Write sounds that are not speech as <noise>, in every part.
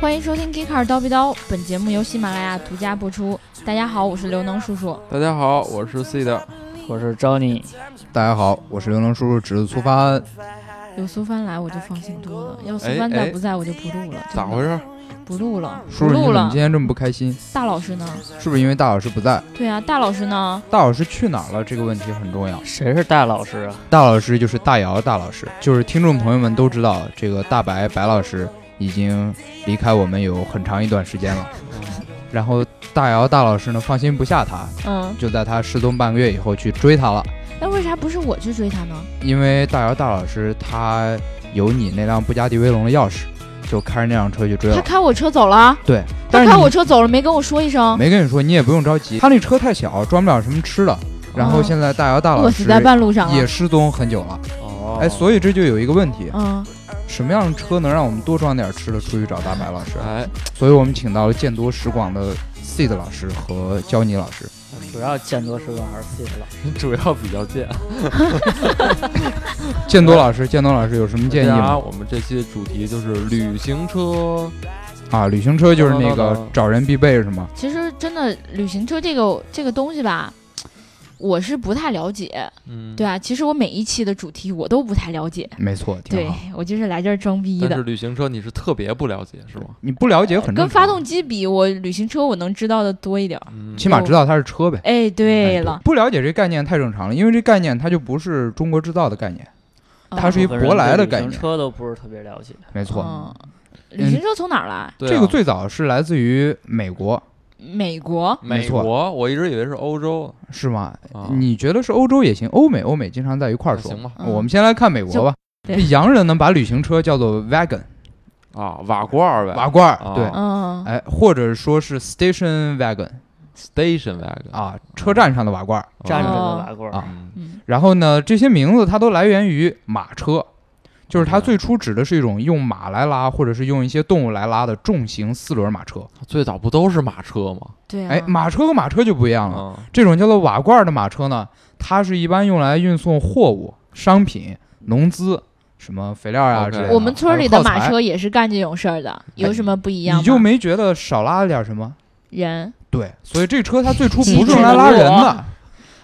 欢迎收听《g e e k a r 叨逼叨》，本节目由喜马拉雅独家播出。大家好，我是刘能叔叔。大家好，我是 C 的，我是 Johnny，大家好，我是刘能叔叔侄子粗发哎安。有苏帆来，我就放心多了。要苏哎帆再哎不在，我就不录了。咋回事？事？不录了，叔不叔，你录怎么了今。天这么不开心？大老师呢？是不是因为大老师不在？对啊，大老师呢？大老师去哪儿了？这个问题很重要。谁是大老师啊？大老师就是大姚大老师，就是听众朋友们都知道，这个大白白老师已经离开我们有很长一段时间了。然后大姚大老师呢，放心不下他，嗯，就在他失踪半个月以后去追他了。那为啥不是我去追他呢？因为大姚大老师他有你那辆布加迪威龙的钥匙，就开着那辆车去追他了。开我车走了，对，啊他但是开你我车走了，没跟我说一声。没跟你说，你也不用着急，他那车太小，装不了什么吃的。然后哦现在大姚大老饿师死在半路上也了。失踪很久了，哦哎，所以这就有一个问题，嗯，什么样的车能让我们多装点吃的出去找大白老嗯师？哎，所以我们请到了见多识广的 Seed 老师和焦妮老师。主要见多识广还是 C 的老师。主要比较 <laughs> 贱。见多老师，见多老师有什么建议大家吗？我们这期的主题就是旅行车，啊，旅行车就是那等等个等找人必备是吗？其实真的，旅行车这个这个东西吧，我是不太了解。嗯，对。啊，其实我每一期的主题我都不太了解。没错，嗯挺对好。我就是来这儿装逼但是的。旅行车你是特别不了解是吗？你不了解很正常跟发动，机比，我旅行车我能知道的多一点儿。嗯，起码知道它是车呗。哎，对了，不了解这概念太正常了，因为这概念它就不是中国制造的概念。嗯它是一舶来的概念旅行车都不是特别了解。没错，嗯，旅行车从哪儿来？对啊这个最早是来自于美国，美国。美没错国，我一直以为是欧洲。是吗？啊你觉得是欧洲也行，欧美欧美经常在一块儿那说。行吧嗯我们先来看美就国吧。对这洋人呢，把旅行车叫做 wagon 啊，瓦罐儿呗瓦罐啊儿，对，嗯，哎，或者说是 station wagon ，station wagon 啊，车站上的瓦罐儿。啊站着哦的瓦罐儿啊嗯嗯然后呢，这些名字它都来源于马车，就是它嗯最初指的是一种用马来拉，或者是用一些动物来拉的重型四轮马车。最早不都是马车吗？对啊。哎，马车和马车就不一样了。啊，这种叫做瓦罐儿的马车呢，它是一般用来运送货物、商品、农资，什么肥料啊 OK 之类的。我们村儿里的还有耗马材车也是干这种事儿的，有什么不一样吗？哎你就没觉得少拉了点什么？人对，所以这车它最初极不致是用来的拉路人啊的，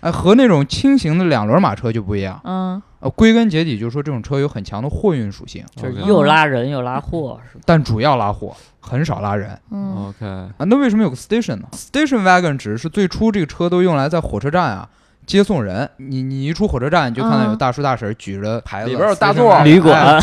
哎，和那种轻型的两轮马车就不一样。嗯，呃，归根结底就是说这种车有很强的货运属性，就是嗯又拉人又拉货，是吧？但主要拉货，很少拉人。嗯， OK，啊，那为什么有个 station 呢？station wagon 指的是最初这个车都用来在火车站啊接送人。你你一出火车站，你就看到有嗯大叔大婶举着牌子，里边有大 station 座儿 wagon，旅馆哎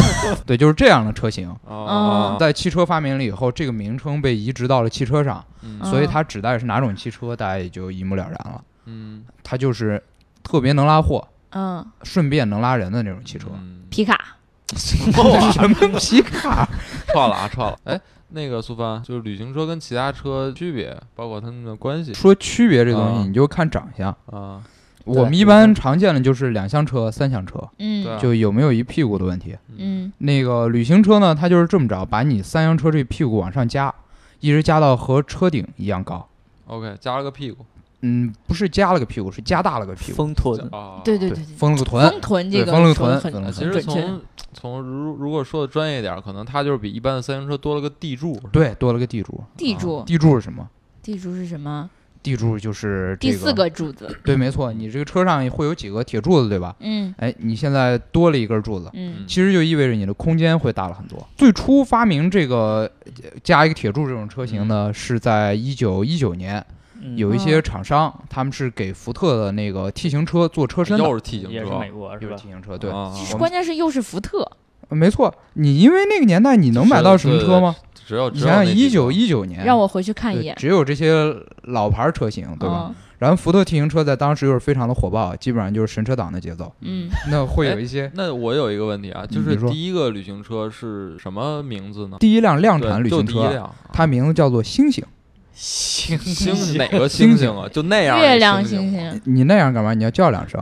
对，就是这样的车型。啊，在汽车发明了以后，这个名称被移植到了汽车上，嗯嗯所以它指代是哪种汽车，大家也就一目了然了。嗯，它就是特别能拉货，嗯，顺便能拉人的那种汽车。嗯皮卡， <laughs> 什么皮卡？串了啊， <laughs> 串了。哎，那个苏帆，就是旅行车跟其他车区别，包括他们的关系说区别这东啊西，你就看长相。啊。我们一般常见的就是两厢车、三厢车，对啊嗯就有没有一屁股的问题。嗯那个旅行车呢，它就是这么着，把你三厢车这屁股往上加，一直加到和车顶一样高。 ，OK，加了个屁股嗯，不是加了个屁股，是加大了个屁 <laughs> 股，风臀啊，对对对对，丰了个臀。丰臀这对个丰乳说得臀很丰呃乳其臀实准确从从如如果说的专业一点儿，可能它就是比一般的三轮车多了个地柱，是吧对，多了个地柱。地柱，地柱是什么？地柱是什么？地柱就是、这第四个柱子。对，没错，你这个车上会有几个铁柱子，对吧？嗯哎，你现在多了一根柱子，嗯嗯其实就意味着你的空间会大了很多。最初发明这个呃加一个铁柱这种车型呢，嗯是在一九一九年，嗯有一哦些厂商他们是给福特的那个 T 型车做车身的又，是 T 型也是车，美国是就是吧 T 型车，对，啊其啊实我关键是又是福特，没错。你因为那个年代你能买到什么车吗？只有你只有想想，那一几九个一九年，让我回去看一哎对眼，只有这些老牌车型，对吧？嗯然后福特 T 型车在当时又是非常的火爆，基本上就是神车党的节奏。嗯，那会有哎一些那我有一个问题啊，就嗯是你说第一个旅行车是什么名字呢？第一辆量产对，旅就行第一车，辆啊，它名字叫做星星。星星星哪个星星星星啊？就那样儿的月亮星星吗，星，你那样干嘛？你要叫两声。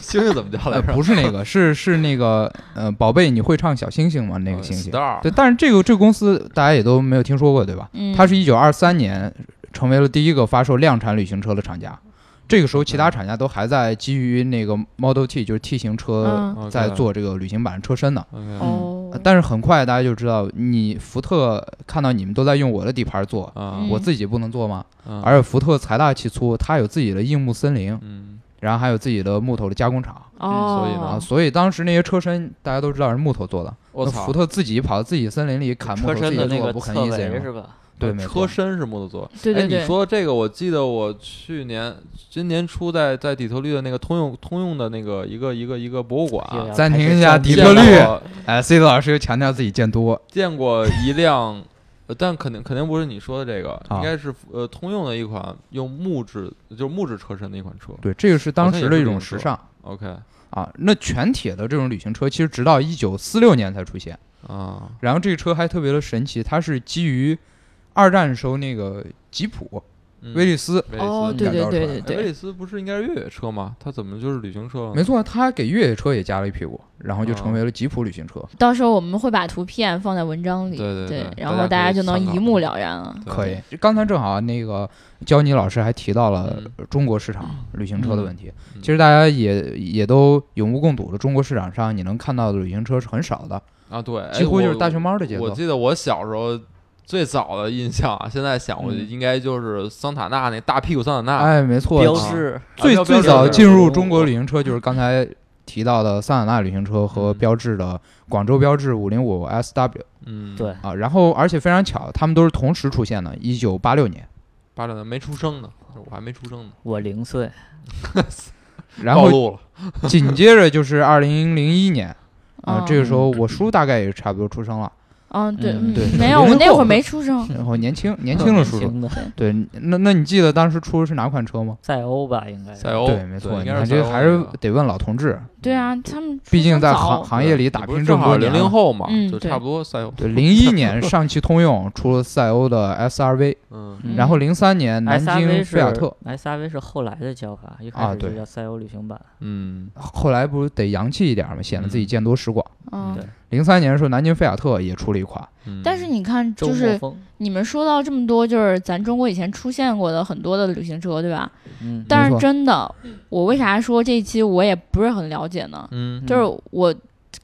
星星怎么 <laughs> 叫来呃，着？不是那个，是是那个呃，宝贝，你会唱小星星吗？那呃个星星。哦 Star 对，但是这个这个公司大家也都没有听说过，对吧？嗯，它是一九二三年成为了第一个发售量产旅行车的厂家。这个时候，其他厂家都还在基于那个 Model T，就是 T 型车，嗯，OK 在做这个旅行版车身呢。呃，OK，哦，哦，但是很快大家就知道，你福特看到你们都在用我的底盘做，啊，嗯我自己不能做吗？嗯而且福特财大气粗，它有自己的硬木森林，嗯然后还有自己的木头的加工厂哦，所以呢啊，所以当时那些车身大家都知道是木头做的。我那操福特自己跑到自己森林里砍木车头，自身己的那做个不很侧 easy 围吗是吧？对，没车错。身是木头做。对对哎，你对，说这个，我记得我去年今年初在在底特律的那个通用通用的那个一个一个一个博物馆啊，暂停一下底见特律过哎，C 子老师又强调自己见多，见过一辆，呃但肯定肯定不是你说的这个，啊应该是呃通用的一款用木质就是木质车身的一款车。对，这个是当时的一种好像也是这种时尚 OK 啊。那全铁的这种旅行车，其实直到一九四六年才出现。啊，然后这个车还特别的神奇，它是基于二战时候那个吉普、嗯威利斯，威利斯哦，对对对对哎威对，利斯不是应该是越野车吗？它怎么就是旅行车了呢？没错，它给越野车也加了一屁股，然后就成哦为了吉普旅行车。到时候我们会把图片放在文章里，对对对然大后家大可家以就能参考一目了然啊了。对可以，刚才正好那个焦妮老师还提到了中国市场旅行车的问题。嗯其实大家也也都有目共睹了，中国市场上你能看到的旅行车是很少的，啊，对，哎几乎就是我大熊猫的节我奏。记得我小时候最早的印象啊，现在想我嗯应该就是桑塔纳那大屁股桑塔纳，哎，没错，标啊志最标最标志早是进入五中国五旅行车就是刚才提到的桑塔纳旅行车和嗯标致的广州标致五零五 SW 嗯，对，啊，然后而且非常巧，他们都是同时出现的，一九八六年，八六年没出生呢，我还没出生呢，我零岁，然暴后露 <laughs> 了，紧接着就是二零零一年啊，嗯这个时候我叔大概也差不多出生了，嗯，对，嗯对没有，零我零那后会儿没出 <laughs> 生，然后年轻年轻的叔叔，轻的对，那那你记得当时出的是哪款车吗？赛欧吧，应该是赛欧，对，没错，哦应你该看赛这欧个还是那个得问老同志，对啊，他们毕出竟生在早行行业里打不是拼这正么好多零年零了。后嘛，嗯就对差不多赛欧，对，零一年上汽通用出了赛欧的 SRV，嗯嗯然后零三年南 SRV 京是菲亚特， SRV 是后来的叫法，一啊开始对就叫赛欧旅行版。嗯，后来不是得洋气一点嘛，显得自己见多识广。嗯对，零三年的时候，南京菲亚特也出了一款，嗯但是你看，周就末是风，你们说到这么多，就是咱中国以前出现过的很多的旅行车，对吧？嗯，但是错真的，我为啥说这一期我也不是很了解呢？嗯，就是我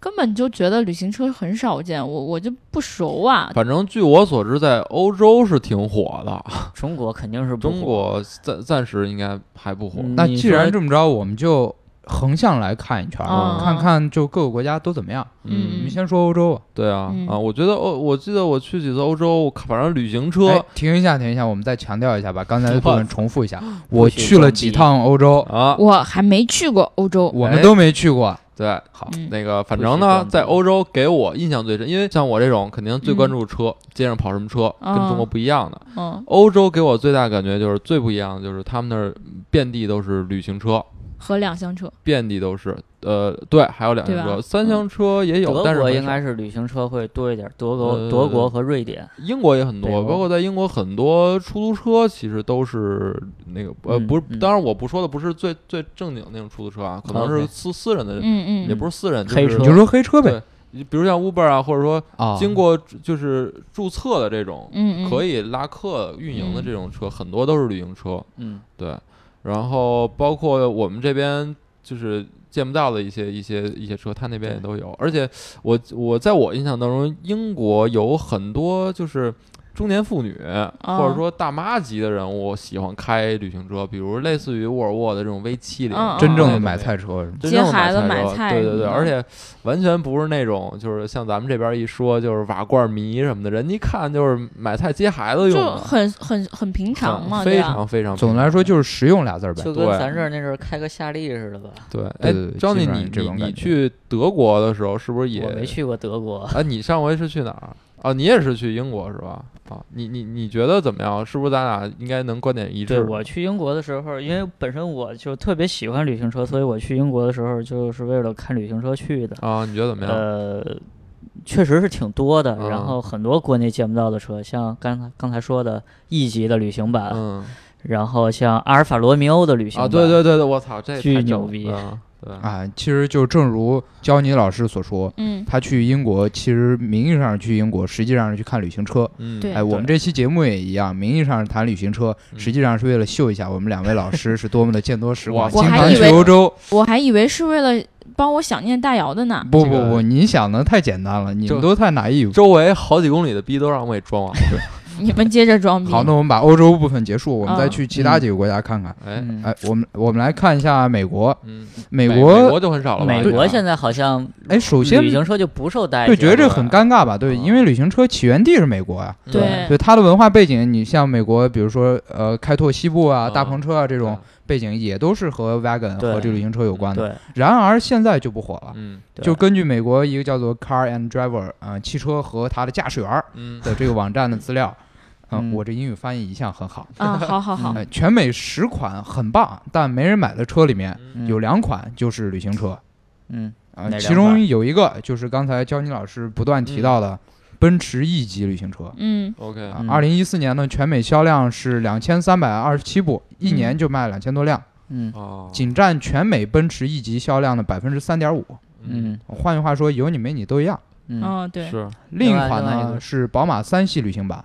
根本就觉得旅行车很少见，我我就不熟啊。反正据我所知，在欧洲是挺火的，中国肯定是不中火国暂暂时应该还不火。嗯那你既说然这么着，我们就横向来看一圈儿，嗯看看就各个国家都怎么样。嗯我们先说欧洲吧。对啊，嗯啊，我觉得欧，我记得我去几次欧洲，我看反正旅行车、哎停一下，停一下，我们再强调一下吧，刚才的部哇分重复一下。我许去了装几逼趟欧洲，啊，我还没去过欧洲，我们哎都没去过。对，好，嗯那个反不正许呢，装在逼欧洲给我印象最深，因为像我这种肯定最关嗯注车，街上跑什么车，跟中国嗯不一样的。嗯，欧洲给我最大感觉就是最不一样的就是他们那儿遍地都是旅行车，和两厢车，遍地都是，呃，对，还有两厢对吧嗯车，三厢车也有，但德是国很应少该是旅行车会多一点，德呃国、德国和瑞典。英国也很多，北欧包括在英国很多出租车其实都是那个呃，嗯不是，嗯哦当然我不说的不是最最正经那种出租车啊，可能是 OK 私私呃人的，嗯也嗯，不是私人，就黑是你就说黑车呗对，比如像 Uber 啊，或者说啊，经过就是注册的这种嗯嗯，可以，以拉客运营的嗯这种车，很多都是旅行车，嗯，对，然后包括我们这边就是见不到的一些一些一些车，它那边也都有。而且我我在我印象当中，英国有很多就是中年妇女、哦啊或者说大妈级的人物喜欢开旅行车，比如类似于沃尔沃的这种 V 七零、啊嗯真正那的种买东西菜车是吗？真接正的孩子买买车菜嗯什对对么对，的而且完全不是那种就是像咱们这边一说就是瓦罐迷什么的，人一看就是买菜接孩子用就的，很很很平常很嘛，非对啊吧？常非常总的来说就是实用俩字儿呗。就跟对咱这儿那阵儿开个夏利似的吧。对，对哎对对张基丽，本上你是这你种你感觉去德国的时候是不是也我没去过德国，啊？你上回是去哪儿啊？你也是去英国是吧？啊，你你你觉得怎么样？是不是咱俩应该能观点一致？对我去英国的时候，因为本身我就特别喜欢旅行车，所以我去英国的时候就是为了看旅行车去的。啊，你觉得怎么样？呃，确实是挺多的，嗯然后很多国内见不到的车，像刚才刚才说的 E 级的旅行版，嗯然后像阿尔法罗密欧的旅行啊，版，对对对对，我操，这巨太正牛逼了！嗯对，啊，其实就正如焦尼老师所说，嗯，他去英国其实名义上是去英国，实际上是去看旅行车。嗯，对哎，我们这期节目也一样，名义上是谈旅行车，嗯实际上是为了秀一下我们两位老师是多么的见多识哇广，我经还常以去为欧洲。我还以为是为了帮我想念大姚的呢。 <laughs> 不这不个不，你想的太简单了，你这们都太拿义务。周围好几公里的逼都让我给装完 <laughs> 了，你们接着装逼。好，那我们把欧洲部分结束，我们再嗯去其他几个国家看看。哎，嗯哎，我们我们来看一下美国，嗯，美国美国，就很少了吧？美对啊吧国现在好像哎，首先旅行社就不受待见了，嗯对，觉得这很尴尬吧？对，因为旅行车起源地是美国呀、嗯对对它的文化背景，你像美国，比如说呃开拓西部啊、嗯大篷车啊这种对背景，也都是和 wagon 对和这个旅行车有关的。对，然而现在就不火了，嗯对就根据美国一个叫做 Car and Driver 啊、呃汽车和它的驾驶员儿嗯，的这个网站的资料，嗯，嗯我这英语翻译一向很好。啊，好好好嗯，呃，全美十款很棒但没人买的车里面，嗯嗯有两款就是旅行车，嗯啊，哪其两中款有一个就是刚才焦妮老师不断提到的奔驰 E 级旅行车。嗯， OK，啊嗯，二零一四年呢，全美销量是两千三百二十七部，一嗯年就卖两千多辆，嗯哦，仅占全美奔驰 E 级销量的百分之三点五。嗯换句话说，有你没你都一样。嗯哦，对，是，另另外一款另外一呢个是宝马三系旅行版，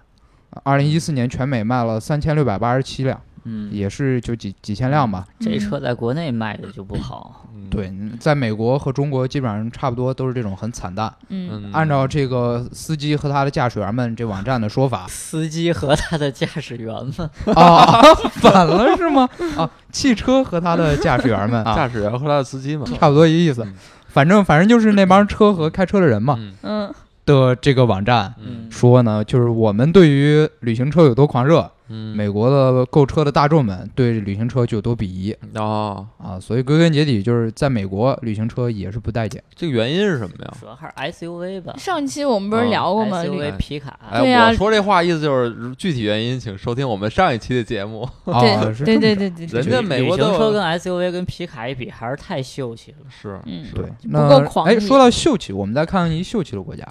二零一四年全美卖了三千六百八十七辆，嗯，也是就几几千辆吧。这车在国内卖的就不 <laughs> 好，嗯，对，在美国和中国基本上差不多，都是这种很惨淡。嗯，嗯，按照这个司机和他的驾驶员们这网站的 <laughs> 说法司机和他的驾驶员们，啊，反了是吗？啊，汽车和他的驾驶 <laughs> 员们啊，驾驶员和他的司机嘛，差不多一意思嗯。反正反正就是那帮车和开车的人嘛嗯嗯，的这个网站嗯说呢，就是我们对于旅行车有多狂热，嗯，美国的购车的大众们对旅行车就有多鄙夷哦，啊。所以归根结底就是在美国旅行车也是不待见。这个原因是什么呀？主要还是 SUV 吧上期我们不是哦聊过吗？旅哎，SUV 皮卡，哎，对呀我说这话意思就是具体原因，请收听我们上一期的节 <laughs> 目。啊，是对这对么着对对对，人家美国旅行都车有跟 SUV 跟皮卡一比，还是太秀气了。是嗯是对，不那够狂哎，野说到秀气，我们再看一秀气的国家，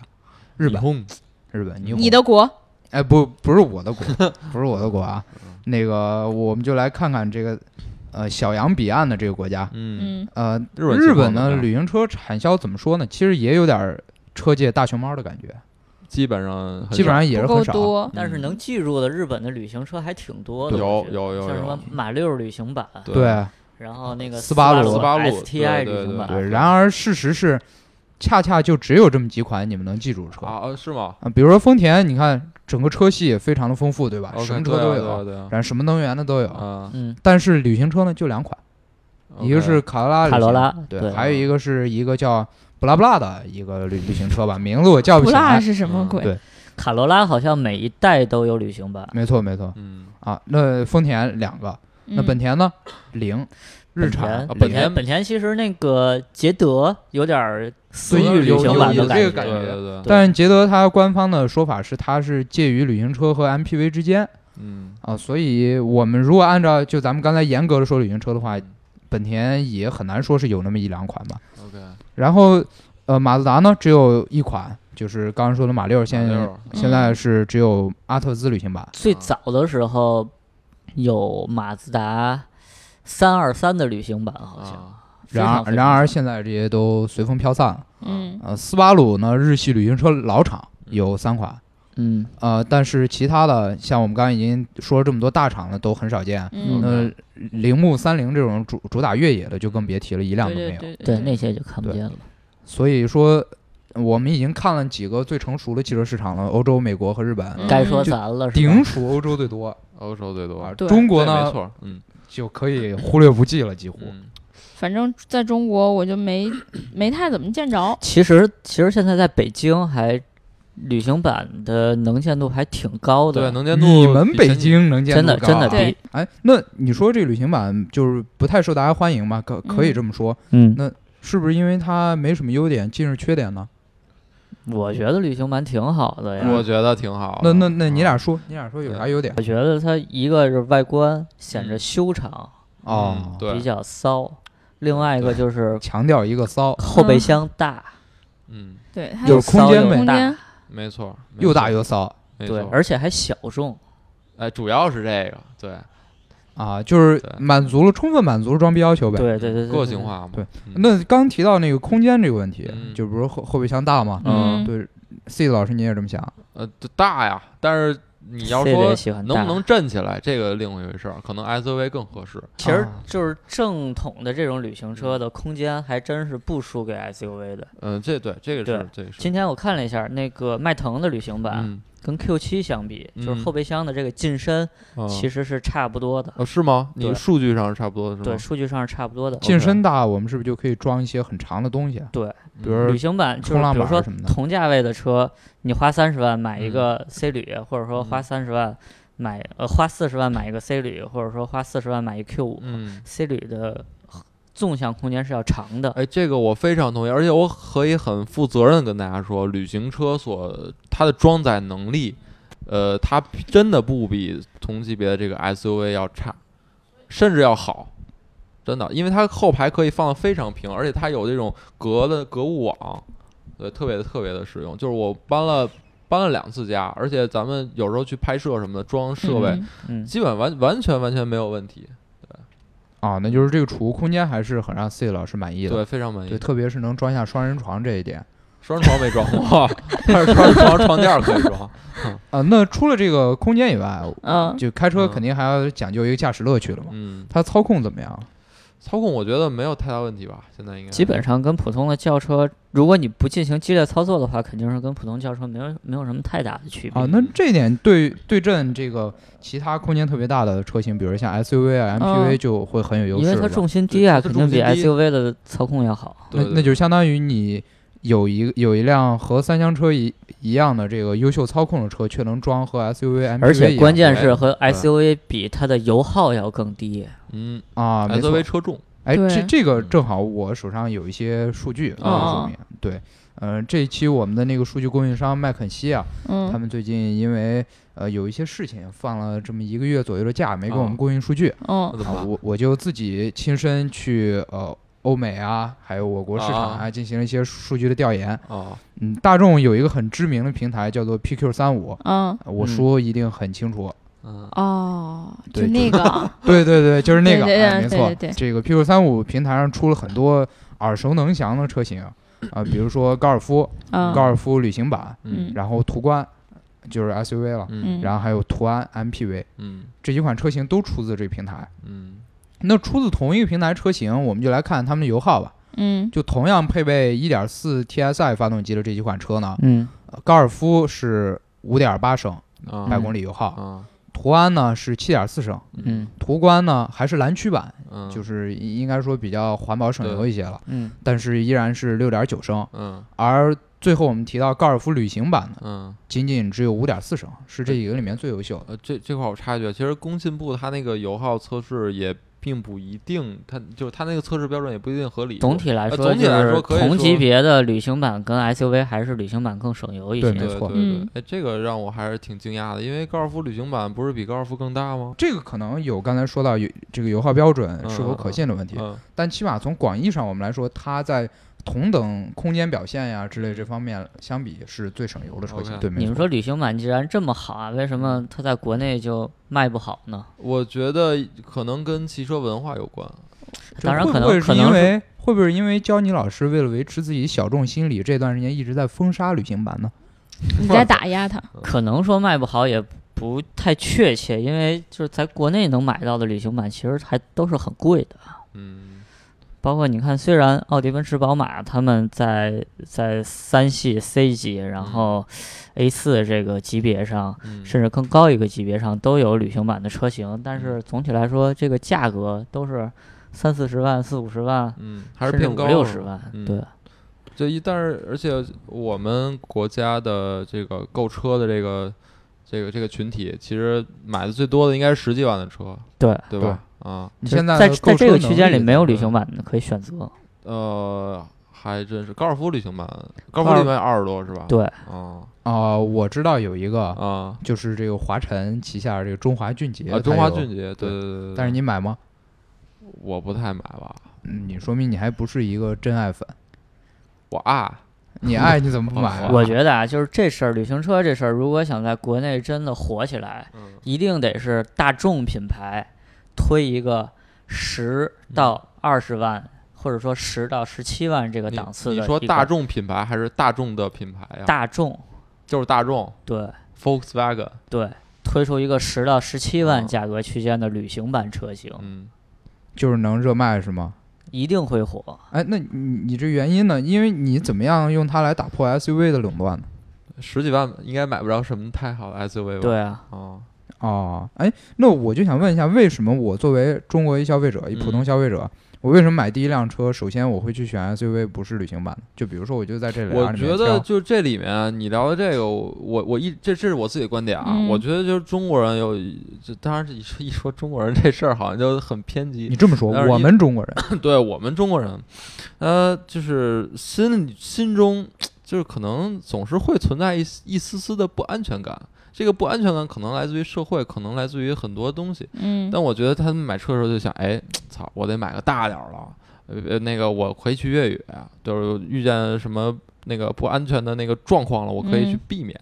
日本。本，日本，你你的国，哎不不是我的国，不是我的国啊。嗯那个我们就来看看这个呃小洋彼岸的这个国家，嗯，嗯，呃日本日情况本怎么呢样旅行车产销怎么说呢？其实也有点儿车界大熊猫的感觉，基本上很基本上也是不够很少。啊多，嗯但是能记住的日本的旅行车还挺多嗯的，有我觉得有有像什有么马六旅行版，对啊对然后那个斯巴巴鲁斯巴鲁对 STI 旅对行版，对对，然而事实是，恰恰就只有这么几款你们能记住的车啊、啊，是吗？比如说丰田，你看整个车系也非常的丰富，对吧 OK，什么车都对啊有，对啊对啊然后什么能源的都有。啊，嗯，但是旅行车呢就两款，嗯一个是卡罗拉旅行，卡罗拉对，对还有一个是一个叫布拉布拉的一个旅旅行车吧，名字我叫不不起辣来。是什么嗯鬼对？卡罗拉好像每一代都有旅行版，没错没错嗯，啊，那丰田两个，那嗯本田呢零，日产啊本本零田田本田其实那个捷德有点儿私对域旅有行有版有的这个感感觉，啊觉对对对，但捷德它官方的说法是它是介于旅行车和 MPV 之间嗯，啊，所以我们如果按照就咱们刚才严格的说旅行车的嗯话，本田也很难说是有那么一两款吧。 OK，然后呃，马自达呢只有一款，就是刚刚说的马六，现在嗯现在是只有阿特兹旅行版。最早的时候有马自达三二三的旅行版，好像啊，非然常。而，然而现在这些都随风飘散了。嗯呃，斯巴鲁呢，日系旅行车老厂有三款，嗯，呃，但是其他的像我们刚刚已经说了这么多大厂了，都很少见。嗯，那铃木三菱这种主主打越野的就更别提了，一辆对都没有。对嗯对对，那些就看不见了。所以说，我们已经看了几个最成熟的汽车市场了，欧洲、美国和日本。嗯该说咱了，是吧顶数欧洲最多欧洲最多啊，，对中国这没呢错，嗯，就可以忽略不计了，几乎。嗯反正在中国我就没没太怎么见着，其实其实现在在北京还旅行版的能见度还挺高的，对，能见度你们比北前几京能见真度的高真的啊对比哎，那你说这旅行版就是不太受大家欢迎嘛？可可以嗯这么说，嗯那，是不是因为它没什么优点，尽是缺点呢？我觉得旅行版挺好的呀。我觉得挺好那的。那那你俩嗯说，你俩说有啥优点我觉得它一个是外观显着嗯修长，哦，比对，较骚；另外一个就是强调一个骚，后备箱大，嗯，对，它有有空骚间又呗空大间，，没错，没又错大又骚没对，错，而且还小众。哎，主要是这个，对，啊，就是对满足了充分满足了装逼要求呗。对对对对，个性化嘛。对嗯，那刚提到那个空间这个问题，嗯就不是后后备箱大嘛？嗯，对，C 子老师你也这么想？呃这大呀，但是你要 C 的说也喜欢能大不能站起来，这个另一回事儿，可能 SUV 更合适。其实啊就是正统的这种旅行车的空间还真是不输给 SUV 的。嗯，这对这个是对这个是。今天我看了一下那个迈腾的旅行版，嗯，跟 Q 7相比，就是嗯后备箱的这个进深嗯其实哦是差不多的，哦是吗？你对数据上是差不多的是对，吗？数据上是差不多的。进深大，我们是不是就可以装一些很长的东西啊？嗯，比如旅行版就是冲浪比如板说什么的同价位的车，你花三十万买一嗯个 C 旅，或者说花嗯三十万买呃花四十万买一个 C 旅，或者说花四十万买一 Q 五、嗯， c 旅的纵向空间是要长的。哎，这个我非常同意，而且我可以很负责任地跟大家说，旅行车所它的装载能力，呃，它真的不比同级别的这个 SUV 要差，甚至要好，真的，因为它后排可以放得非常平，而且它有这种隔的隔物网，对，特别的特别的实用。就是我搬了搬了两次家，而且咱们有时候去拍摄什么的，装设备、嗯嗯，基本完完全完全没有问题，啊，那就是这个储物空间还是很让 C 老师满意的。对，非常满意对，。特别是能装下双人床这一点双人床没装 <laughs> 过，但是双人床床垫儿可以装。啊。那除了这个空间以外，嗯就开车嗯肯定还要讲究一个驾驶乐趣了嘛。嗯，它操控怎么样？操控我觉得没有太大问题吧，现在应该基本上跟普通的轿车，如果你不进行激烈操作的话，肯定是跟普通轿车没有没有什么太大的区别。啊，那嗯这点对对阵这个其他空间特别大的车型，比如像 SUV 啊、MPV 就会很有优嗯势因了。为它重心低啊，对肯它定比重心低 SUV 的操控要好。对那那就是相当于你有一有一辆和三厢车一一样的这个优秀操控的车，却能装和 SUV、MPV 而且关键对是和 SUV 比，它的油耗要更低。嗯啊，没错，SUV。车重，哎，这对这个嗯正好我手上有一些数据嗯可以说明。对，呃，这一期我们的那个数据供应商麦肯锡啊，他嗯们最近因为呃有一些事情放了这么一个月左右的假，没给我们哦供应数据。嗯那，怎么啊，办？我我就自己亲身去呃欧美啊，还有我国市场哦啊，啊进行了一些数据的调研。哦，嗯，大众有一个很知名的平台叫做 PQ 三五，呃嗯我嗯说一定很清楚。嗯，哦，就对那个，对对对，就是那 <laughs> 个，对对哎没对错对对，这个 PQ 三五平台上出了很多耳熟能详的车型啊、比如说高尔夫、嗯高尔夫旅行版，嗯然后途观就是 SUV 了，嗯嗯然后还有途安 MPV 嗯这几款车型都出自这个平台。嗯那出自同一个平台车型，我们就来看它们的油耗吧。嗯就同样配备1.4 TSI 发动机的这几款车呢，嗯，呃高尔夫是5.8升啊百公里油耗，啊途安呢是7.4升，嗯途观呢还是蓝驱版，嗯，就是是应该说比较环保省油一些了，嗯，但是依然是6.9升。嗯而最后我们提到高尔夫旅行版呢，嗯仅仅只有5.4升，是这几个里面最优秀的。呃，这这块儿我插一句，其实工信部它那个油耗测试也并不一定，它就是它那个测试标准也不一定合理。总体来呃说，总体来就是说可以同级说别的旅行版跟 SUV 还是旅行版更省油一对些。对没错对对嗯，哎，这个让我还是挺惊讶的，因为高尔夫旅行版不是比高尔夫更大吗？这个可能有刚才说到有这个油耗标准嗯是否可信的问题，嗯但起码从广义上我们来说，它在同等空间表现呀之类这方面相比是最省油的车型。 OK 对，没你们错嗯说旅行版既然这么好啊，为什么它在国内就卖不好呢？我觉得可能跟汽车文化有关。这当然可能会可不会是因能为会不会是因为教你老师为了维持自己小众心理，这段时间一直在封杀旅行版呢？你在打压他，可能说卖不好也不太确切，因为就是在国内能买到的旅行版其实还都是很贵的。啊嗯包括你看，虽然奥迪、奔驰、宝马他们在在三系 C 级，嗯然后 A 四这个级别上，嗯，甚至更高一个级别上都有旅行版的车型，但嗯是总体来说，这个价格都是三四十万、四五十万，嗯，还是甚至偏五高六了十万。嗯对，这一，但是而且我们国家的这个购车的这个这个这个群体，其实买的最多的应该是十几万的车，对，对吧？啊，你就是现在在的在购这车个能区间力里没有旅对行版的可以选啊择。呃，还真是高尔夫旅行版，高尔夫旅行版二十多是吧？对，啊啊、我知道有一个、啊就是这个华晨旗下这个中华骏捷、啊！中华它有俊，杰，对对对对。但对是你买吗？我不太买吧，嗯你说明你还不是一个真爱粉，我啊爱你爱你 <laughs> 怎么不买、啊？我觉得啊，就是这事儿，旅行车这事儿，如果想在国内真的火起来，嗯一定得是大众品牌。推一个十嗯到二十万，或者说十到十七万这个档次的你。你说一个大众啊品牌还是大众的品牌呀？大众，就是大众对 Volkswagen，对，推出一个十到十七万嗯价格区间的旅行版车型，嗯，就是能热卖是吗？一定会火。哎，那你你这原因呢？因为你怎么样用它来打破 SUV 的垄断呢？十几万应该买不着什么太好的 SUV 吧？，对啊，哦，哦，哎，那我就想问一下，为什么我作为中国一消费者，一普通嗯消费者，我为什么买第一辆车，首先我会去选 SUV，不是旅行版的？就比如说，我就在这里，我觉得就这里面啊你聊的这个，我我我一这这是我自己的观点啊，嗯我觉得就是中国人有，就当然是一说一说中国人这事儿好像就很偏激你，这么说，但是我一们中国人 <laughs> 对我们中国人，呃，就是心里心中就是可能总是会存在一丝一丝丝的不安全感。这个不安全感可能来自于社会，可能来自于很多东西。嗯但我觉得他们买车的时候就想，哎，操，我得买个大点儿了。呃呃，那个我可以去越野，啊就是遇见什么那个不安全的那个状况了，我可以去嗯避免。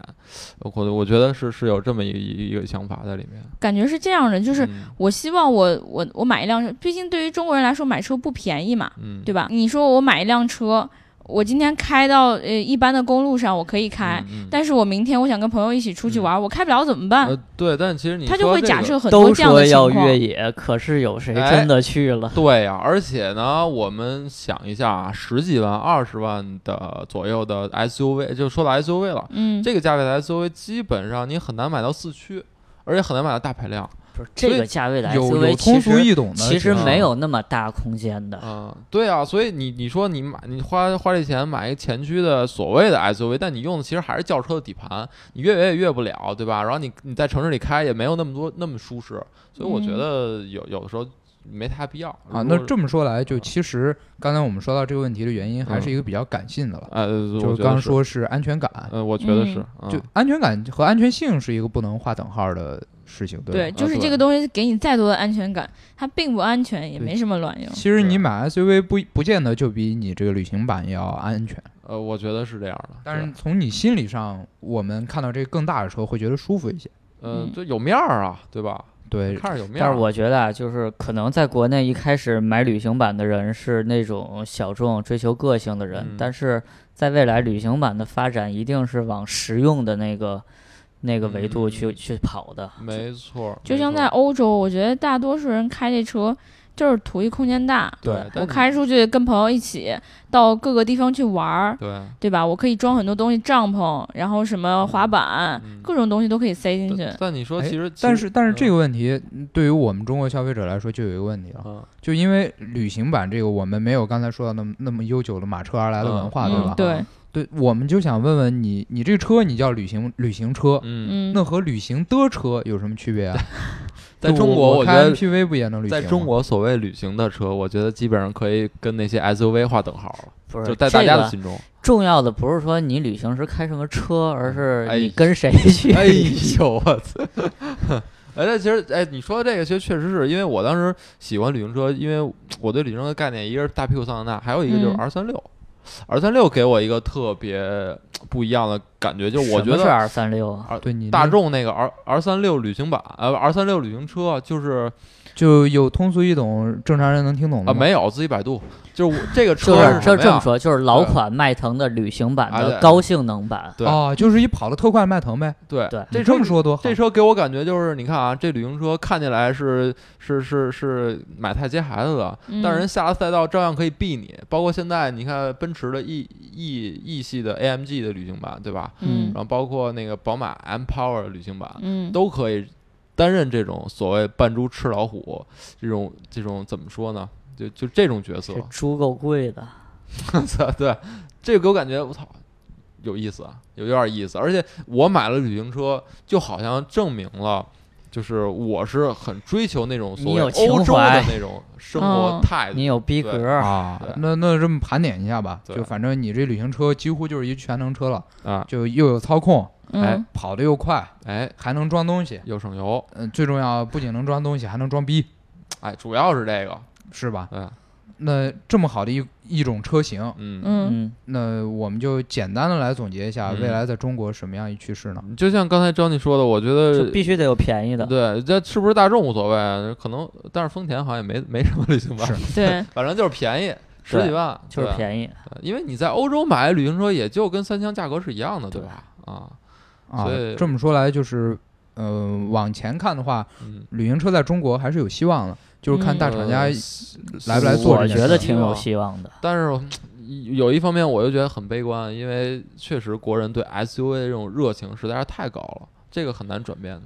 呃我我觉得是是有这么一个一个一个想法在里面。感觉是这样的，就是嗯我希望我我我买一辆车，毕竟对于中国人来说买车不便宜嘛，嗯，对吧？你说我买一辆车，我今天开到呃一般的公路上我可以开，嗯，嗯但是我明天我想跟朋友一起出去玩，我开不了怎么办？呃，对，但其实你他就说会这假个设很多都这样的说情要况。越野，可是有谁哎真的去了？对呀、而且呢，我们想一下啊，十几万、二十万的左右的 SUV，就说到 SUV 了，嗯，这个价位的 SUV 基本上你很难买到四驱，而且很难买到大排量。不是所这以个价位的有有 SUV 通其俗实易懂的，其实啊没有那么大空间的。嗯，对啊，所以你你说你买你花花这钱买一个前驱的所谓的 SUV，但你用的其实还是轿车的底盘，你越野也越不了，对吧？然后你你在城市里开也没有那么多那么舒适，所以我觉嗯得有有的时候没太必要啊。如那果嗯这么说来，就其实刚才我们说到这个问题的原因，还是一个比较感性的了，呃，我就是觉得刚刚是，说是安全感，呃，我觉得是，嗯就安全感和安全性是一个不能划等号的事情，吧对，就是对啊这个东西给你再多的安全感，它并不安全，也对没什么卵用。其实你对买 SUV 不不见得就比你这个旅行版要安全，呃，我觉得是这样的，但对是从你心理上，我们看到这个更大的车会觉得舒服一些。嗯嗯，就有面儿啊，对吧？对，看着有面但儿。是我觉得啊，就是可能在国内一开始买旅行版的人是那种小众、追求个性的人，嗯但是在未来旅行版的发展一定是往实用的那个那个维度去、嗯去跑的。没错儿，就没像错在儿欧洲，我觉得大多数人开这车就是图一空间大，对，但我你开出去跟朋友一起到各个地方去玩儿，对，对吧？我可以装很多东西，帐篷，然后什么滑板，嗯各种东西都可以塞进去。但但你说哎其实，其但实是但是嗯这个问题嗯对于我们中国消费者来说就有一个问题了，嗯就因为旅行版这个我们没有刚才说到那么那么悠久的马车而来的文化，嗯对吧？对，对，我们就想问问你，你这车你叫旅行旅行车，嗯，嗯，那和旅行的车有什么区别啊？在就中我国，我我觉开得 MPV 不也能旅行在吗？中国所谓旅行的车，我觉得基本上可以跟那些 SUV 划等号了，不是就在大家的这个心 <laughs> 中。重要的不是说你旅行时开什么车，而是哎你跟谁去。哎 <laughs> 呦，我操！哎，那其实，哎，你说的这个其实确实是因为我当时喜欢旅行车，因为我对旅行车的概念，一个是大屁股桑塔纳，还有一个就是嗯 R 三六。R 三六给我一个特别不一样的感觉，就我觉什么是得二三六啊，对你大那众那个 R R 三六旅行版，呃，R 三六旅行车就是就有通俗易懂，正常人能听懂啊，的吗？没有自己百度，就是我这个车 <laughs> 什就是这么这么呀？说，就是老款迈腾的旅行版啊对的高性能版。对哦，就是一跑得特快的迈腾呗。对对这你车这么说多好这车给我感觉就是，你看啊，这旅行车看起来是是是是买菜接孩子的，嗯但是人下了赛道照样可以避你。包括现在你看奔驰的 E E E 系的 AMG 的旅行版，对吧？嗯然后包括那个宝马 M Power 旅行版，嗯，都可以担任这种所谓扮猪吃老虎这种这种怎么说呢？就就这种角色这，猪够贵的，哎 <laughs> 操对，这个给我感觉我操有意思啊，有有点意思。而且我买了旅行车，就好像证明了。就是我是很追求那种所你谓有情欧洲的怀哦那种生嗯活态度你，有逼对格。啊对那那这么盘点一下吧，对就反正你这旅行车几乎就是一全能车了，啊，就又有操控，哎嗯，跑得又快，哎，还能装东西。呃又省油，嗯，最重要不仅能装东西，还能装逼，哎，主要是这个，是吧？对，那这么好的一一种车型，嗯，嗯嗯那我们就简单的来总结一下，嗯未来在中国什么样一趋势呢？就像刚才 Johnny 说的，我觉嗯就得嗯必须得有便宜的，对，这是不是大众无所谓，啊可能但是丰田好像也没没什么旅行吧是，对， <laughs> 反正就是便宜，十几万，就是宜，便宜。对啊因为你在欧洲买旅行车也就跟三厢价格是一样的，对吧？啊，啊所以，这么说来就是，呃，往前看的话，嗯，旅行车在中国还是有希望的，就是看嗯大厂家呃来不来做我这件事觉得挺有希望的。但是嗯有一方面我又觉得很悲观，因为确实国人对 SUV 这种热情实在是太高了，这个很难转变的。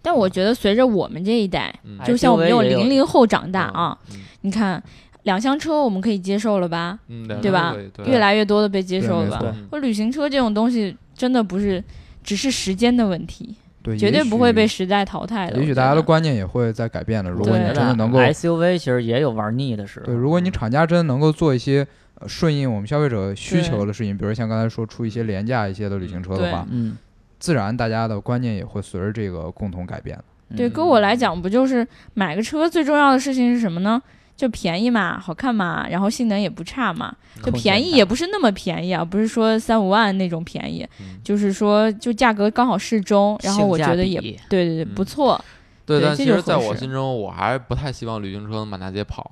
但我觉得随着我们这一代，嗯，哎就像我们这种周围也有零零后长大啊，嗯，你看两厢车我们可以接受了吧？嗯，两对个吧可以对越来越多的被接受了对吧没？嗯或旅行车这种东西真的不是只是时间的问题，对，绝也对不会被许。时代淘汰的。也许我觉大家得的观念也会在改变的。如我果你对啊真觉的得能够， SUV 其实也有玩腻的时候。对，如果你厂家真的能够做一些呃顺应我们消费者需求的事情，比如像刚才说出一些廉价一些的旅行车的话，嗯，自然大家的观念也会随着这个共同改变。嗯对，跟我来讲，不就是买个车最重要的事情是什么呢？就便宜嘛，好看嘛，然后性能也不差嘛。就空间便宜大也不是那么便宜啊，不是说三五万那种便宜，嗯就是说就价格刚好适中，然后我觉得也性价比对对对嗯不错。对，对但这其就实在合我适心中，我还不太希望旅行车能满大街跑。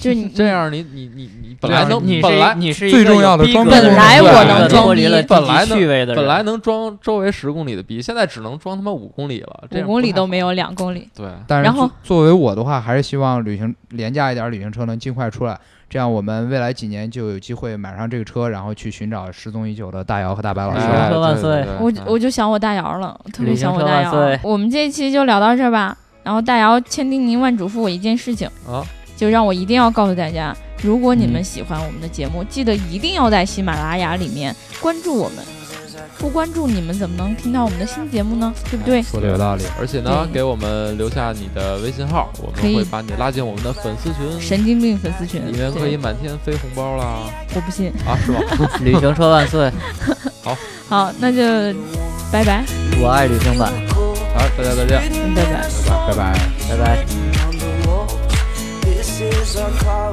就是 <laughs> 你这样你，你你你本来对啊能你是本来你是一最个重有要的逼格装的备人本来对我能对装脱离了逼本来低趣味的人，本来能装周围十公里的逼，现在只能装他妈五公里了，五这样公不里太都好没有，两公里。对，但是然后作作为我的话，还是希望旅行廉价一点儿旅行车能尽快出来，这样我们未来几年就有机会买上这个车，然后去寻找失踪已久的大姚和大白老嗯师。哎车万对岁对我对我就想我大姚了，我特别旅行想我车大万姚岁了。我们这一期就聊到这儿吧。然后大姚千叮咛万嘱咐我一件事情，啊，就让我一定要告诉大家，如果你们嗯喜欢我们的节目，记得一定要在喜马拉雅里面关注我们。不关注你们怎么能听到我们的新节目呢？对不对？说的有道理，而且呢，对给我们留下你的微信号，我们可以会把你拉进我们的粉丝群，神经病粉丝群，里面可以对满天飞红包啦！我不信。啊，是吗？旅行车万岁，好，那就拜拜，我爱旅行版， <laughs> 好，大家再见。拜拜。拜拜。拜拜。 on the wall. This is our car.